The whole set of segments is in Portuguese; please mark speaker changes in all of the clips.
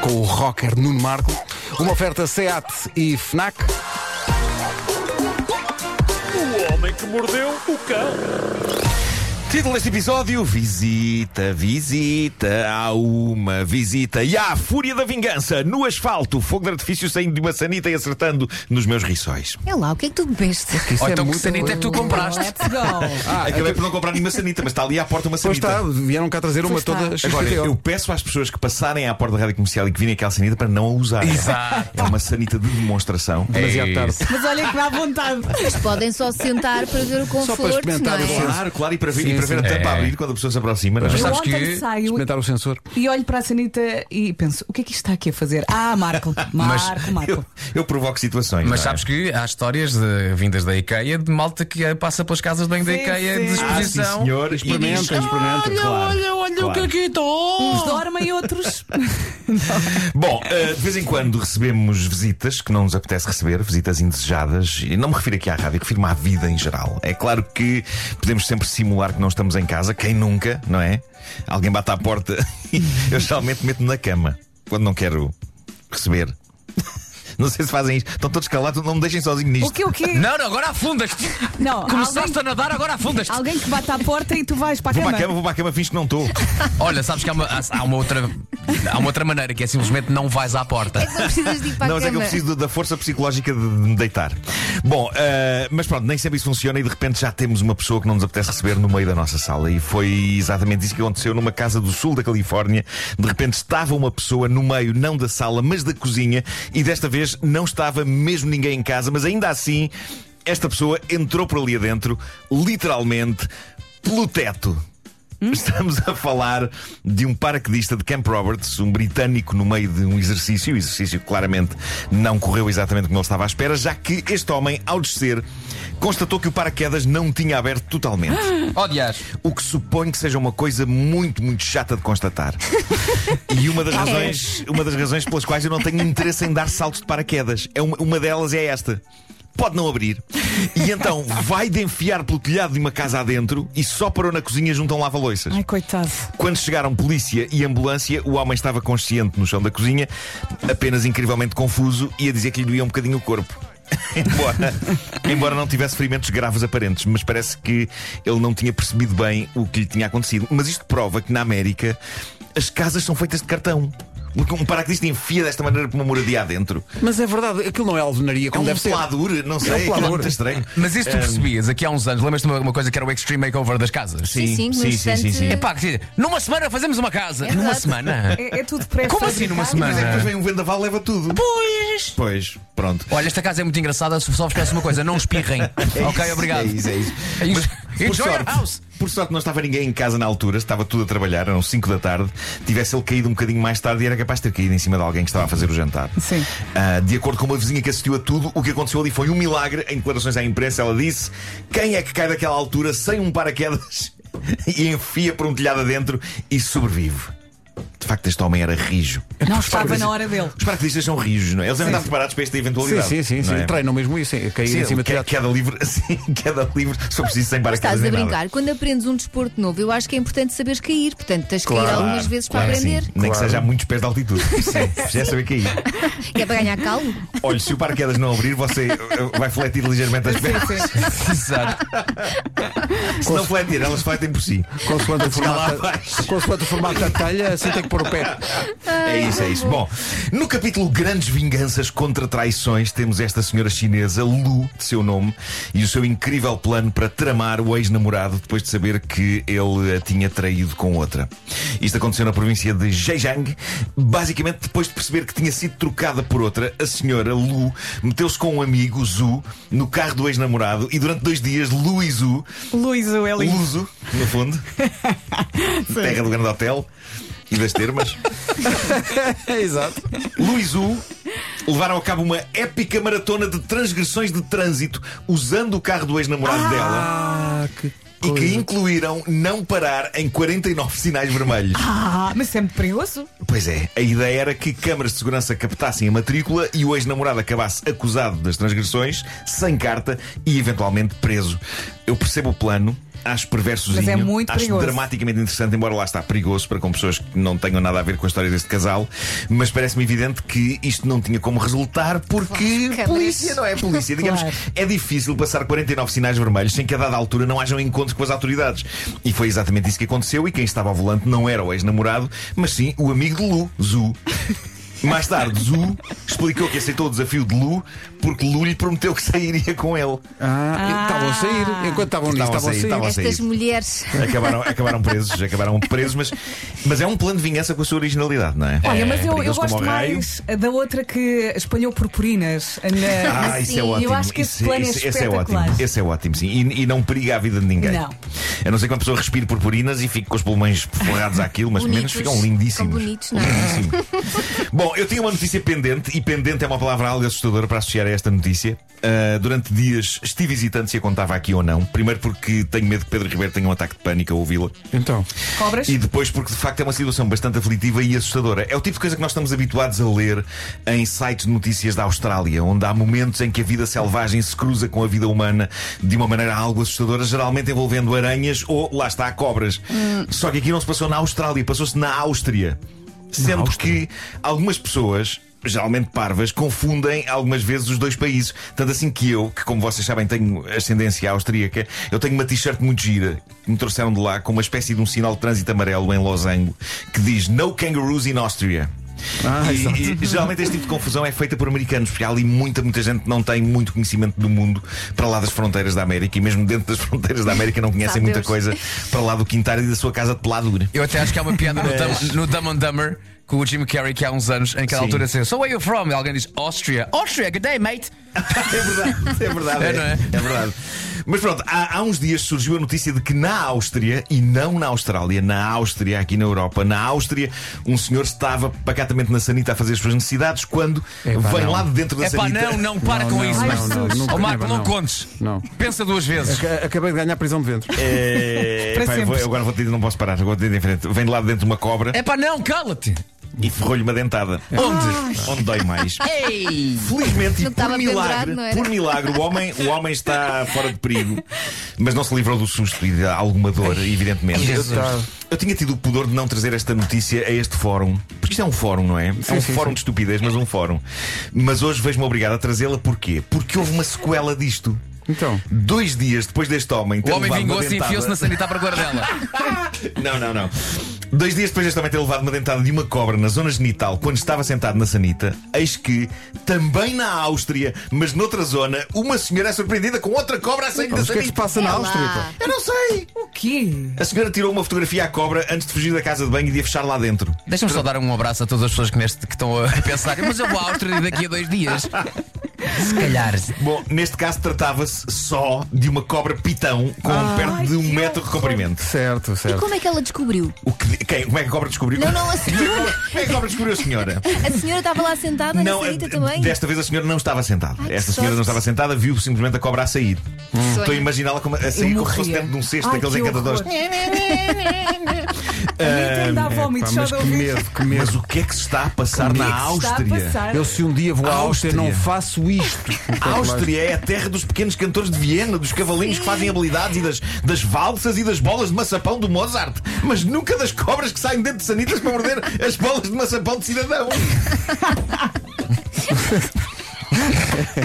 Speaker 1: com o rocker Nuno Marco. Uma oferta SEAT e FNAC.
Speaker 2: O homem que mordeu o cão.
Speaker 3: Título deste episódio: Visita, visita, há uma visita. E há a fúria da vingança no asfalto, fogo de artifício saindo de uma sanita e acertando nos meus riçóis.
Speaker 4: É lá, o que é que tu bebeste?
Speaker 1: Isso
Speaker 5: Ou então que
Speaker 1: muito-
Speaker 5: sanita é que tu compraste?
Speaker 4: Let's go.
Speaker 1: Ah,
Speaker 3: Acabei por é não comprar nenhuma sanita, mas está ali à porta uma
Speaker 1: Pois
Speaker 3: sanita.
Speaker 1: está, é vieram cá trazer uma
Speaker 4: Pois está.
Speaker 1: toda
Speaker 3: Agora,
Speaker 1: XPTO.
Speaker 3: eu peço às pessoas que passarem à porta da rádio comercial e que virem aquela sanita para não a usarem.
Speaker 5: Exato.
Speaker 3: É uma sanita de demonstração.
Speaker 1: Demasiado
Speaker 3: É
Speaker 1: tarde.
Speaker 3: isso.
Speaker 6: Mas olha que dá vontade.
Speaker 4: Mas podem só sentar para ver
Speaker 1: para
Speaker 4: o conforto, não
Speaker 1: experimentar o
Speaker 4: é?
Speaker 1: som.
Speaker 3: Claro, claro, e para ver,
Speaker 1: Sim,
Speaker 3: e para ver a
Speaker 1: sim.
Speaker 3: tampa
Speaker 5: É.
Speaker 3: abrir quando a pessoa se aproxima. não é?
Speaker 5: Mas
Speaker 6: Eu
Speaker 5: sabes
Speaker 6: ontem
Speaker 5: que-
Speaker 6: saio
Speaker 1: Experimentar o sensor.
Speaker 6: e olho para a Sanita e penso: o que é que isto está aqui a fazer? Ah, Marco, Marco, Marco.
Speaker 3: Eu, eu provoco situações.
Speaker 5: Mas
Speaker 3: não é?
Speaker 5: sabes que há histórias de- vindas da IKEA de malta que eh, passa pelas casas bem da
Speaker 6: Sim,
Speaker 5: IKEA
Speaker 6: sim.
Speaker 5: de
Speaker 3: Ah, sim,
Speaker 5: exposição.
Speaker 3: senhor. E
Speaker 1: Experimenta,
Speaker 3: diz,
Speaker 1: experimenta, claro.
Speaker 5: olha
Speaker 3: Claro.
Speaker 5: estou!
Speaker 6: Uns dormem, outros.
Speaker 3: Bom, eh, de vez em quando recebemos visitas que não nos apetece receber, visitas indesejadas, e não me refiro aqui à rádio, refiro-me à vida em geral. É claro que podemos sempre simular que não estamos em casa, quem nunca, não é? Alguém bate à porta e eu geralmente meto-me na cama quando não quero receber. Não sei se fazem isto, estão todos calados, não me deixem sozinho nisto.
Speaker 6: O que o quê?
Speaker 5: Não, não, agora afundas-te!
Speaker 6: Não,
Speaker 5: Começaste a nadar, agora afundas-te!
Speaker 6: Alguém que bate à porta e tu vais para a
Speaker 3: Vou
Speaker 6: cama.
Speaker 3: para a cama, vou para a cama, finge que não estou.
Speaker 5: Olha, sabes que há uma, há- há uma outra há uma outra maneira que é simplesmente não vais à porta.
Speaker 4: Não precisas de ir para
Speaker 3: Não,
Speaker 4: a
Speaker 3: mas é que eu
Speaker 4: cama.
Speaker 3: preciso do- da força psicológica de de me deitar. Bom, eh, mas pronto, nem sempre isso funciona e de repente já temos uma pessoa que não nos apetece receber no meio da nossa sala. E foi exatamente isso que aconteceu numa casa do sul da Califórnia. De repente estava uma pessoa no meio, não da sala, mas da cozinha. E desta vez não estava mesmo ninguém em casa, mas ainda assim, esta pessoa entrou por ali adentro, literalmente, pelo teto. Estamos a falar de um paraquedista de Camp Roberts, um britânico no meio de um exercício, o exercício que claramente não correu exatamente como ele estava à espera, já que este homem, ao descer, constatou que o paraquedas não tinha aberto totalmente.
Speaker 5: Odias.
Speaker 3: O que suponho que seja uma coisa muito, muito chata de constatar. E uma das razões, uma das razões pelas quais eu não tenho interesse em dar saltos de paraquedas. É uma, uma delas é esta. Pode não abrir. E então vai de enfiar pelo telhado de uma casa adentro e só parou na cozinha junto a um lava-loiças.
Speaker 6: Ai, coitado.
Speaker 3: Quando chegaram polícia e ambulância, o homem estava consciente no chão da cozinha, apenas incrivelmente confuso e a dizer que lhe doía um bocadinho o corpo. embora, embora não tivesse ferimentos graves aparentes, mas parece que ele não tinha percebido bem o que lhe tinha acontecido. Mas isto prova que na América as casas são feitas de cartão. Porque um paraquedista enfia desta maneira por uma moradia adentro.
Speaker 1: Mas é verdade, aquilo não é alvenaria
Speaker 3: É
Speaker 1: como
Speaker 3: um
Speaker 1: deve ser.
Speaker 3: peladure, não sei,
Speaker 1: um
Speaker 3: aquilo
Speaker 1: peladure.
Speaker 3: muito estranho.
Speaker 5: Mas isso tu percebias aqui há uns anos, lembras-te de uma, uma coisa que era o Extreme Makeover das casas?
Speaker 4: Sim, sim, no instante-
Speaker 5: É pá, quer dizer, numa semana fazemos uma casa.
Speaker 4: Exato.
Speaker 5: Numa semana?
Speaker 6: É, é tudo pressa.
Speaker 5: Como assim numa
Speaker 3: Mas é que depois
Speaker 5: semana?
Speaker 3: vem um vendaval, leva tudo.
Speaker 5: Pois!
Speaker 3: Pois, pronto.
Speaker 5: Olha, esta casa é muito engraçada, se só vos peço uma coisa, não espirrem. ok, obrigado.
Speaker 3: É isso, é isso.
Speaker 5: É isso.
Speaker 3: Mas, por,
Speaker 5: Enjoy your
Speaker 3: sorte,
Speaker 5: house.
Speaker 3: por sorte, não estava ninguém em casa na altura, estava tudo a trabalhar, eram 5 da tarde. Tivesse ele caído um bocadinho mais tarde e era capaz de ter caído em cima de alguém que estava a fazer o jantar.
Speaker 6: Sim.
Speaker 3: Ah, de acordo com uma vizinha que assistiu a tudo, o que aconteceu ali foi um milagre. Em declarações à imprensa, ela disse: Quem é que cai daquela altura sem um paraquedas e enfia por um telhado adentro e sobrevive? De facto, este homem era rijo.
Speaker 6: Não estava na hora dele.
Speaker 3: Os paraquedistas são rijos, não é? Eles devem estar preparados para esta
Speaker 1: Sim,
Speaker 3: eventualidade.
Speaker 1: sim, sim,
Speaker 3: não
Speaker 1: sim.
Speaker 3: é?
Speaker 1: Treinam mesmo isso, é cair
Speaker 3: Sim,
Speaker 1: em cima do
Speaker 3: que-
Speaker 1: teatro.
Speaker 3: queda livre, sim, queda livre, só preciso sem paraquedas
Speaker 4: Estás a
Speaker 3: nem
Speaker 4: brincar.
Speaker 3: nada.
Speaker 4: Quando aprendes um desporto novo, eu acho que é importante saberes cair. Portanto, tens que cair algumas vezes
Speaker 3: claro
Speaker 4: para
Speaker 3: que sim.
Speaker 4: aprender.
Speaker 3: Nem que seja a muitos pés de altitude. Sim, já saber cair.
Speaker 4: Que é para ganhar calmo.
Speaker 3: Olha, se o paraquedas não abrir, você eh, vai fletir ligeiramente as pernas.
Speaker 5: Exato.
Speaker 3: Se não fletir, elas fletem por si.
Speaker 1: Consoante o
Speaker 3: lá
Speaker 1: formato,
Speaker 3: abaixo.
Speaker 1: consoante o formato da telha, assim tem que pôr o pé.
Speaker 3: É isso, é isso. Bom, no capítulo Grandes Vinganças contra Traições, temos esta senhora chinesa, Lu, de seu nome, e o seu incrível plano para tramar o ex-namorado depois de saber que ele a tinha traído com outra. Isto aconteceu na província de Zhejiang. Basicamente, depois de perceber que tinha sido trocada por outra, a senhora Lu meteu-se com um amigo, Zu, no carro do ex-namorado e durante dois dias, Lu e Zu
Speaker 6: Luís, o Eli.
Speaker 3: Luso, no fundo. Terra do grande hotel e das termas.
Speaker 1: Exato.
Speaker 3: Luizu levaram a cabo uma épica maratona de transgressões de trânsito usando o carro do ex-namorado dela.
Speaker 1: Ah, que
Speaker 3: E
Speaker 1: coisa.
Speaker 3: que incluíram não parar em 49 sinais vermelhos.
Speaker 6: Ah, mas isso é muito perigoso.
Speaker 3: Pois é, a ideia era que câmaras de segurança captassem a matrícula e o ex-namorado acabasse acusado das transgressões, sem carta e eventualmente preso. Eu percebo o plano, Acho perversozinho.
Speaker 6: Mas é muito
Speaker 3: acho
Speaker 6: perigoso.
Speaker 3: dramaticamente interessante, embora lá está perigoso para com pessoas que não tenham nada a ver com a história deste casal. Mas parece-me evidente que isto não tinha como resultar porque
Speaker 4: Claro,
Speaker 3: polícia, não é polícia. Digamos,
Speaker 6: Claro.
Speaker 3: é difícil passar 49 sinais vermelhos sem que a dada altura não haja um encontro com as autoridades. E foi exatamente isso que aconteceu. E quem estava ao volante não era o ex-namorado, mas sim o amigo de Lu, Zu. Mais tarde, Zu explicou que aceitou o desafio de Lu porque Lu lhe prometeu que sairia com ele.
Speaker 1: Ah, estavam a sair. Enquanto estavam nisso,
Speaker 3: Estavam
Speaker 1: estavam a
Speaker 3: a sair,
Speaker 1: sair.
Speaker 3: estavam a sair.
Speaker 4: Estas mulheres.
Speaker 3: Acabaram, acabaram presos, acabaram presos, mas, mas é um plano de vingança com a sua originalidade, não é?
Speaker 6: Olha,
Speaker 3: É
Speaker 6: mas eu, eu
Speaker 3: perigoso como
Speaker 6: gosto
Speaker 3: o raio.
Speaker 6: mais da outra que espalhou purpurinas. Na...
Speaker 3: Ah, isso é
Speaker 4: Sim,
Speaker 3: ótimo.
Speaker 6: eu acho que esse
Speaker 3: Isso-
Speaker 6: plano é
Speaker 3: esse, esse é ótimo.
Speaker 6: espetacular.
Speaker 3: Esse é ótimo, sim. E, e não periga a vida de ninguém.
Speaker 6: Não.
Speaker 3: A não ser que uma pessoa respire purpurinas e fique com os pulmões forrados àquilo, mas pelo menos
Speaker 4: Bonitos.
Speaker 3: ficam lindíssimos.
Speaker 4: Ficam bonitos, não é?
Speaker 3: Lindíssimos. Bom, eu tinha uma notícia pendente, e pendente é uma palavra algo assustadora para associar a esta notícia. Ah, durante dias estive hesitante se a contava aqui ou não. Primeiro porque tenho medo que Pedro Ribeiro tenha um ataque de pânico ao ouvi-la.
Speaker 1: Então,
Speaker 6: Cobras?
Speaker 3: E depois porque de facto é uma situação bastante aflitiva e assustadora. É o tipo de coisa que nós estamos habituados a ler em sites de notícias da Austrália, onde há momentos em que a vida selvagem se cruza com a vida humana de uma maneira algo assustadora, geralmente envolvendo aranhas ou, lá está, cobras. Só que aqui não se passou na Austrália, passou-se na Áustria. Sendo que algumas pessoas. Geralmente parvas, confundem algumas vezes os dois países. Tanto assim que eu, que como vocês sabem tenho ascendência austríaca, eu tenho uma t-shirt muito gira que me trouxeram de lá com uma espécie de um sinal de trânsito amarelo em losango que diz No Kangaroos in Austria. e, e geralmente este tipo de confusão é feita por americanos, porque há ali muita, muita gente que não tem muito conhecimento do mundo para lá das fronteiras da América e mesmo dentro das fronteiras da América não conhecem
Speaker 4: Sabe
Speaker 3: muita
Speaker 4: Deus.
Speaker 3: coisa para lá do quintal e da sua casa de peladura.
Speaker 5: Eu até acho que há uma piada no,
Speaker 1: É.
Speaker 5: Dum- no Dumb and Dumber com o Jim Carrey que há uns anos, em que a
Speaker 3: Sim.
Speaker 5: altura assim, So where you from? E alguém diz Austria. Austria, good day, mate.
Speaker 3: É verdade, é verdade.
Speaker 5: É, não é?
Speaker 3: verdade. Mas pronto, há, há uns dias surgiu a notícia de que na Áustria, e não na Austrália, na Áustria, aqui na Europa, na Áustria, um senhor estava pacatamente na sanita a fazer as suas necessidades quando
Speaker 1: Epá,
Speaker 3: vem
Speaker 1: não.
Speaker 3: lá de dentro da
Speaker 5: É pá,
Speaker 3: sanita.
Speaker 5: não, não, para
Speaker 1: Não,
Speaker 5: com
Speaker 1: não,
Speaker 5: isso.
Speaker 1: não,
Speaker 5: mas-
Speaker 1: não, nunca,
Speaker 5: Ó, Marco,
Speaker 1: nunca,
Speaker 5: não
Speaker 1: não.
Speaker 5: contes.
Speaker 1: Não.
Speaker 5: Pensa duas vezes.
Speaker 1: ac- acabei de ganhar prisão de ventre.
Speaker 3: É,
Speaker 6: Para
Speaker 3: pá, eu vou-
Speaker 6: sempre.
Speaker 3: agora vou te, não posso parar, agora vou te em frente. Vem lá de dentro uma cobra
Speaker 5: É pá, não, cala-te.
Speaker 3: e ferrou-lhe uma dentada. Onde? Onde dói mais?
Speaker 5: Ei!
Speaker 3: Felizmente, e
Speaker 4: Não estava
Speaker 3: por milagre,
Speaker 4: pendurado, não era?
Speaker 3: por milagre, o homem, o homem está fora de perigo, mas não se livrou do susto e de alguma dor, evidentemente. Eu,
Speaker 5: Jesus.
Speaker 3: eu tinha tido o pudor de não trazer esta notícia a este fórum, porque isto é um fórum, não é? é um fórum de estupidez, mas um fórum. Mas hoje vejo-me obrigado a trazê-la porquê? Porque houve uma sequela disto.
Speaker 1: Então.
Speaker 3: Dois dias depois deste homem ter
Speaker 5: O homem
Speaker 3: levado uma
Speaker 5: vingou-se e
Speaker 3: dentada-
Speaker 5: enfiou-se na sanita à procura dela.
Speaker 3: não, não, não. Dois dias depois de também ter levado uma dentada de uma cobra na zona genital quando estava sentado na sanita, eis que, também na Áustria, mas noutra zona, uma senhora é surpreendida com outra cobra a sair da
Speaker 1: Mas o que é que se
Speaker 3: sanita.
Speaker 1: passa na
Speaker 4: Olá.
Speaker 1: Áustria? pá?
Speaker 3: Eu não sei!
Speaker 6: O quê?
Speaker 3: A senhora tirou uma fotografia à cobra antes de fugir da casa de banho e de a fechar lá dentro.
Speaker 5: Deixa-me só dar um abraço a todas as pessoas que, neste, que estão a pensar, mas eu vou à Áustria daqui a dois dias. Se calhar.
Speaker 3: Bom, neste caso tratava-se só de uma cobra pitão com
Speaker 1: Ah.
Speaker 3: perto de um metro de comprimento.
Speaker 1: Certo,
Speaker 4: E
Speaker 1: certo.
Speaker 4: como é que ela descobriu?
Speaker 3: O que, quem, como é que a cobra descobriu?
Speaker 4: Não, não, a
Speaker 3: Como
Speaker 4: senhora,
Speaker 3: é que a cobra descobriu a senhora?
Speaker 4: a senhora estava lá sentada na sanita
Speaker 3: a-
Speaker 4: também.
Speaker 3: é desta vez a senhora não estava sentada.
Speaker 4: Ai, que
Speaker 3: Esta senhora não
Speaker 4: sorte.
Speaker 3: estava sentada, viu simplesmente a cobra a sair. Hum.
Speaker 4: Sonho.
Speaker 3: Estou a imaginá-la como a sair como
Speaker 6: Eu
Speaker 3: se fosse
Speaker 6: morria.
Speaker 3: dentro de um cesto,
Speaker 6: Ai,
Speaker 3: daqueles
Speaker 6: que
Speaker 3: encantadores.
Speaker 6: horror. A mim até me dá
Speaker 3: é
Speaker 6: vómito,
Speaker 1: Pá,
Speaker 6: só
Speaker 1: mas
Speaker 6: de
Speaker 1: que
Speaker 6: ouvir.
Speaker 1: medo, que medo.
Speaker 3: Mas o que é que se está a passar
Speaker 6: O que é
Speaker 3: na
Speaker 6: que está a
Speaker 3: Áustria?
Speaker 6: passar?
Speaker 1: Eu, se um dia vou à Áustria, não faço isto.
Speaker 3: A Áustria é a terra dos pequenos cantores de Viena, dos cavalinhos que fazem habilidades e das, das valsas e das bolas de maçapão do Mozart, mas nunca das cobras que saem dentro de sanitas para morder as bolas de maçapão de cidadão.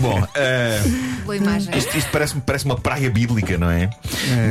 Speaker 3: Bom, eh,
Speaker 4: Boa imagem.
Speaker 3: Isto, isto parece, parece uma praga bíblica, não é?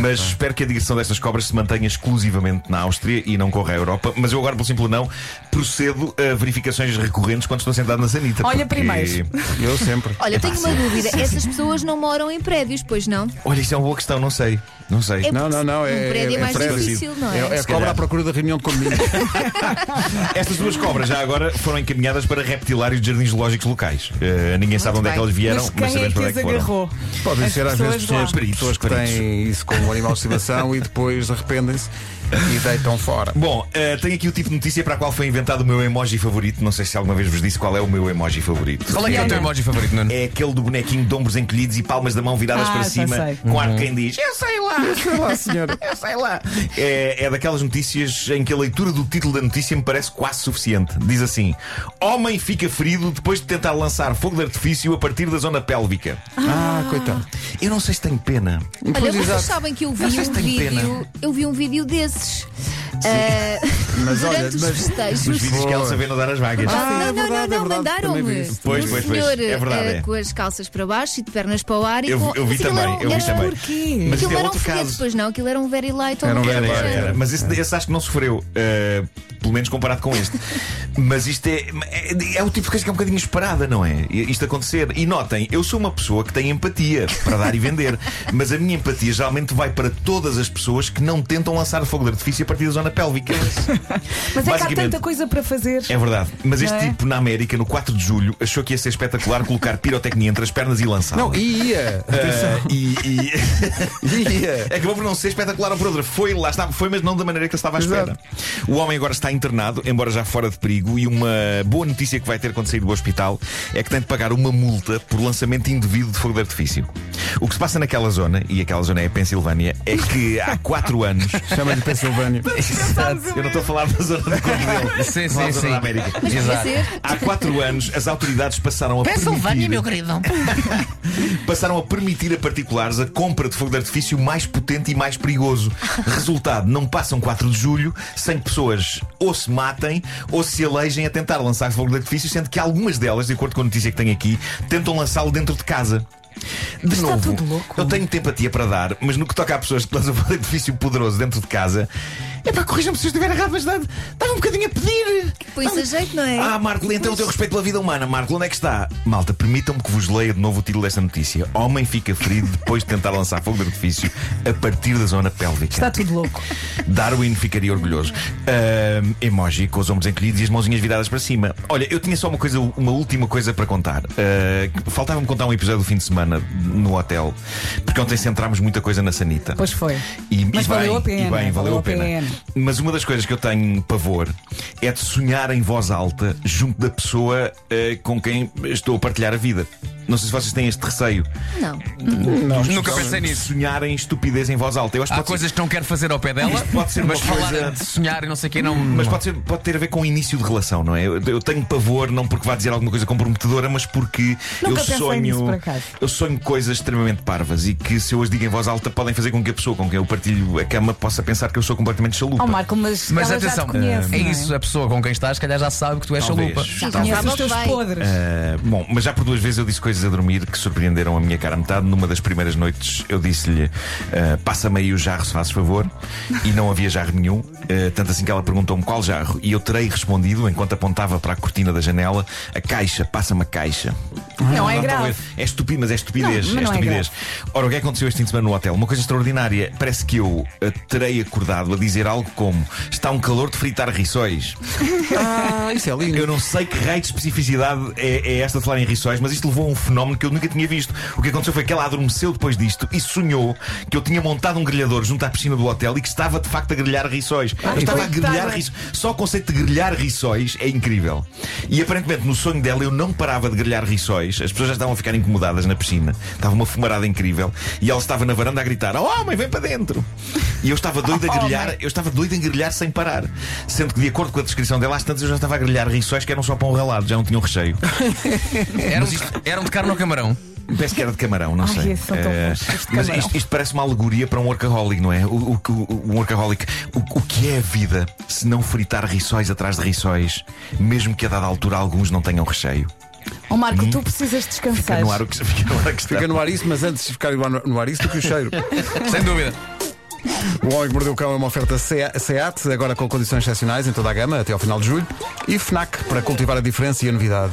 Speaker 3: mas espero que a digressão destas cobras se mantenha exclusivamente na Áustria e não corra à Europa. Mas eu agora, pelo simples não, procedo a verificações recorrentes quando estou sentado na sanita.
Speaker 6: Olha,
Speaker 3: porque-
Speaker 6: primeiro.
Speaker 1: Eu sempre.
Speaker 4: Olha, eu tenho uma dúvida. Essas pessoas não moram em prédios, pois não?
Speaker 3: Olha, isto é uma boa questão, não sei. Não sei.
Speaker 4: É
Speaker 1: Não, não, não. É,
Speaker 4: Um prédio é mais
Speaker 1: prédio.
Speaker 4: difícil, não
Speaker 1: É,
Speaker 4: é?
Speaker 1: é
Speaker 3: Se
Speaker 1: cobra
Speaker 3: calhar.
Speaker 1: à procura da reunião de condomínio.
Speaker 3: Estas duas cobras já agora foram encaminhadas para reptilários de jardins zoológicos locais. Eh, ninguém sabe onde é
Speaker 4: bem.
Speaker 3: que elas vieram,
Speaker 6: Mas
Speaker 3: mas,
Speaker 6: quem é
Speaker 3: sabemos
Speaker 6: que
Speaker 3: para
Speaker 6: as
Speaker 3: onde é que foram.
Speaker 6: agarrou?
Speaker 1: Podem
Speaker 6: As
Speaker 1: ser às vezes
Speaker 6: lá.
Speaker 1: pessoas, pessoas que
Speaker 3: Peritos.
Speaker 1: têm isso como animal de estimação e depois arrependem-se
Speaker 5: e deitam fora.
Speaker 3: Bom, eh, tenho aqui o tipo de notícia para a qual foi inventado o meu emoji favorito. Não sei se alguma vez vos disse qual é o meu emoji favorito.
Speaker 5: Qual é que é o teu emoji favorito, Nuno?
Speaker 3: É aquele do bonequinho de ombros encolhidos e palmas da mão viradas
Speaker 6: Ah,
Speaker 3: para
Speaker 6: já
Speaker 3: cima,
Speaker 6: sei.
Speaker 3: com ar de quem diz: Eu sei lá, Uhum. eu sei lá, senhora, eu sei lá. É, é daquelas notícias em que a leitura do título da notícia me parece quase suficiente. Diz assim: Homem fica ferido depois de tentar lançar fogo de artifício a partir da zona pélvica.
Speaker 1: Ah, coitado.
Speaker 3: Eu não sei se tenho pena.
Speaker 4: Olha, vocês sabem que eu vi
Speaker 3: Não sei se
Speaker 4: um
Speaker 3: tenho
Speaker 4: vídeo. Eu vi um vídeo desses. Ah,
Speaker 7: Mas olha,
Speaker 4: durante os
Speaker 7: mas-
Speaker 4: festejos.
Speaker 3: Os vídeos que ela
Speaker 7: Pois.
Speaker 3: sabendo dar as vagas.
Speaker 1: Ah, é
Speaker 4: não, não,
Speaker 1: verdade, é
Speaker 4: não, não,
Speaker 1: verdade, também
Speaker 4: mandaram-me.
Speaker 1: vi isso.
Speaker 3: Pois,
Speaker 4: Um
Speaker 3: pois, pois,
Speaker 4: senhor,
Speaker 3: é verdade,
Speaker 4: eh,
Speaker 3: é.
Speaker 4: com as calças para baixo e de pernas para o ar. e
Speaker 3: Eu-
Speaker 4: com...
Speaker 3: eu vi
Speaker 4: Mas aquilo
Speaker 3: também,
Speaker 4: era um-
Speaker 3: eu vi
Speaker 4: era-
Speaker 3: também.
Speaker 6: Porquê?
Speaker 3: Mas
Speaker 4: Aquilo
Speaker 3: isso é
Speaker 4: não era um
Speaker 3: outro
Speaker 4: foguete,
Speaker 3: caso.
Speaker 4: pois não, aquilo era um very light on
Speaker 7: Era um
Speaker 4: the
Speaker 7: very
Speaker 3: Era,
Speaker 4: ground.
Speaker 3: era, era. Mas esse, esse acho que não sofreu. uh, pelo menos comparado com este. Mas isto é, é. é o tipo de coisa que é um bocadinho esperada, não é? I- Isto acontecer. E notem, eu sou uma pessoa que tem empatia para dar e vender. Mas a minha empatia geralmente vai para todas as pessoas que não tentam lançar fogo de artifício a partir da zona pélvica.
Speaker 6: Mas é que há
Speaker 3: Basicamente-
Speaker 6: tanta coisa para fazer.
Speaker 3: É verdade. Mas este
Speaker 6: Não é?
Speaker 3: tipo, na América, no 4 de julho, achou que ia ser espetacular colocar pirotecnia entre as pernas e lançar.
Speaker 1: Não, e ia.
Speaker 3: e... e-
Speaker 1: Ia.
Speaker 3: Acabou por não ser espetacular ou por outra. Foi, lá está, foi, mas não da maneira que ele estava à espera. O homem agora está internado, embora já fora de perigo, e uma boa notícia que vai ter quando sair do hospital é que tem de pagar uma multa por lançamento indevido de fogo de artifício. O que se passa naquela zona, e aquela zona é a Pensilvânia, é que há quatro anos.
Speaker 7: Chama-lhe Pensilvânia.
Speaker 3: Eu não estou a falar da zona do corpo dele.
Speaker 5: Sim,
Speaker 3: Estou a falar da zona
Speaker 5: sim, sim.
Speaker 3: da América.
Speaker 4: Mas podia
Speaker 5: Exato.
Speaker 4: ser.
Speaker 3: Há quatro anos, as autoridades passaram a permitir,
Speaker 5: querido.
Speaker 3: passaram a permitir a particulares a compra de fogo de artifício mais potente e mais perigoso. Resultado, não passam 4 de julho sem que pessoas ou se matem ou se aleijem a tentar lançar fogo de artifício, sendo que algumas delas, de acordo com a notícia que tenho aqui, tentam lançá-lo dentro de casa. De novo,
Speaker 6: tudo louco.
Speaker 3: eu tenho empatia para dar, mas no que toca a pessoas que lançam fogo de artifício poderoso dentro de casa, é para corrijam-me se eu estiver errado, mas dá- dá-me um bocadinho a pedir.
Speaker 4: Põe-se a jeito, não é?
Speaker 3: Ah, Marco, então o teu respeito pela vida humana. Marco, onde é que está? Malta, permitam-me que vos leia de novo o título desta notícia. Homem fica ferido depois de tentar lançar fogo de artifício a partir da zona pélvica.
Speaker 6: Está tudo louco.
Speaker 3: Darwin ficaria orgulhoso. Ahm, emoji com os ombros encolhidos e as mãozinhas viradas para cima. Olha, eu tinha só uma coisa, uma última coisa para contar. Ah, Faltava-me contar um episódio do fim de semana no hotel, porque ontem centrámos muita coisa na sanita.
Speaker 6: Pois foi.
Speaker 3: E,
Speaker 6: Mas
Speaker 3: e
Speaker 6: valeu a
Speaker 3: bem,
Speaker 6: pena,
Speaker 3: e bem, valeu, a pena. Mas uma das coisas que eu tenho pavor é de sonhar em voz alta junto da pessoa eh, com quem estou a partilhar a vida. Não sei se vocês têm este receio.
Speaker 4: Não.
Speaker 5: Nunca pensei
Speaker 3: De
Speaker 5: nisso.
Speaker 3: Sonhar em estupidez em voz alta. Eu acho que
Speaker 5: Há
Speaker 3: pode ser-
Speaker 5: coisas que não quero fazer ao pé dela,
Speaker 3: Isto pode ser
Speaker 5: mas
Speaker 3: uma
Speaker 5: falar
Speaker 3: coisa-
Speaker 5: de sonhar e não sei o que não.
Speaker 3: Mas pode, ser- pode ter a ver com o início de relação, não é? Eu, eu tenho pavor, não porque vá dizer alguma coisa comprometedora, mas porque
Speaker 6: Nunca
Speaker 3: eu
Speaker 6: pensei
Speaker 3: sonho.
Speaker 6: nisso, por acaso.
Speaker 3: eu sonho coisas extremamente parvas e que se eu as digo em voz alta podem fazer com que a pessoa com quem eu partilho a cama possa pensar que eu sou completamente chalupa.
Speaker 6: Oh, Marco, mas,
Speaker 5: Mas
Speaker 6: ela já
Speaker 5: atenção,
Speaker 6: te conhece.
Speaker 5: é
Speaker 6: não
Speaker 5: isso, a pessoa com quem estás, se calhar já sabe que tu és
Speaker 3: Talvez.
Speaker 5: chalupa.
Speaker 4: Já
Speaker 3: Talvez.
Speaker 6: Conhece
Speaker 4: Sabe
Speaker 6: os
Speaker 4: o que
Speaker 6: teus
Speaker 4: vai.
Speaker 6: podres.
Speaker 3: Ah, bom, mas já por duas vezes eu disse coisas a dormir que surpreenderam a minha cara a metade. Numa das primeiras noites eu disse-lhe: ah, Passa-me aí o jarro, se fazes favor. E não havia jarro nenhum. Ah, tanto assim que ela perguntou-me qual jarro. E eu terei respondido, enquanto apontava para a cortina da janela: A caixa, passa-me a caixa.
Speaker 6: Não é
Speaker 3: Não,
Speaker 6: grave.
Speaker 3: talvez. É estúpido, mas é estupidez.
Speaker 6: Não, mas
Speaker 3: é
Speaker 6: não é
Speaker 3: estupidez. Ora, o que é que aconteceu este fim de semana no hotel? Uma coisa extraordinária. Parece que eu ah, terei acordado a dizer algo como: Está um calor de fritar rissóis.
Speaker 1: Ah, isso é lindo.
Speaker 3: Eu não sei que raio de especificidade é, é esta de falar em rissóis, mas isto levou a um fenómeno que eu nunca tinha visto. O que aconteceu foi que ela adormeceu depois disto e sonhou que eu tinha montado um grelhador junto à piscina do hotel e que estava de facto a grelhar rissóis.
Speaker 6: Ah,
Speaker 3: eu estava a grelhar rissóis. Só o conceito de grelhar rissóis é incrível. E aparentemente no sonho dela eu não parava de grelhar rissóis, as pessoas já estavam a ficar incomodadas na piscina. Estava uma fumarada incrível e ela estava na varanda a gritar: Oh, homem, vem para dentro! E eu estava doido
Speaker 6: Oh,
Speaker 3: a grelhar, eu estava doido em grelhar sem parar. Sendo que, de acordo com a descrição dela, às tantas eu já estava a grelhar rissóis que eram só pão ralado, já não tinham recheio.
Speaker 5: Eram, eram de carne ao camarão.
Speaker 3: Parece que era de camarão, não
Speaker 6: Ai,
Speaker 3: sei.
Speaker 6: são tão
Speaker 3: Eh,
Speaker 6: bons os de
Speaker 3: mas
Speaker 6: camarão.
Speaker 3: isto, isto parece uma alegoria para um workaholic, não é? O, o, o- um workaholic. O, o que é a vida se não fritar rissóis atrás de rissóis, mesmo que a dada altura alguns não tenham recheio?
Speaker 6: Oh, Marco, tu precisas
Speaker 3: Hum. Fica
Speaker 6: descansar.
Speaker 3: no ar o que fica no ar a questão.
Speaker 1: é.
Speaker 7: Fica no ar isso, mas antes de ficar no ar- no ar isso, do que o cheiro.
Speaker 5: Sem dúvida.
Speaker 7: O Homem que Mordeu o Cão é uma oferta Se- SEAT, agora com condições excepcionais em toda a gama, até ao final de julho. E FNAC, para cultivar a diferença e a novidade.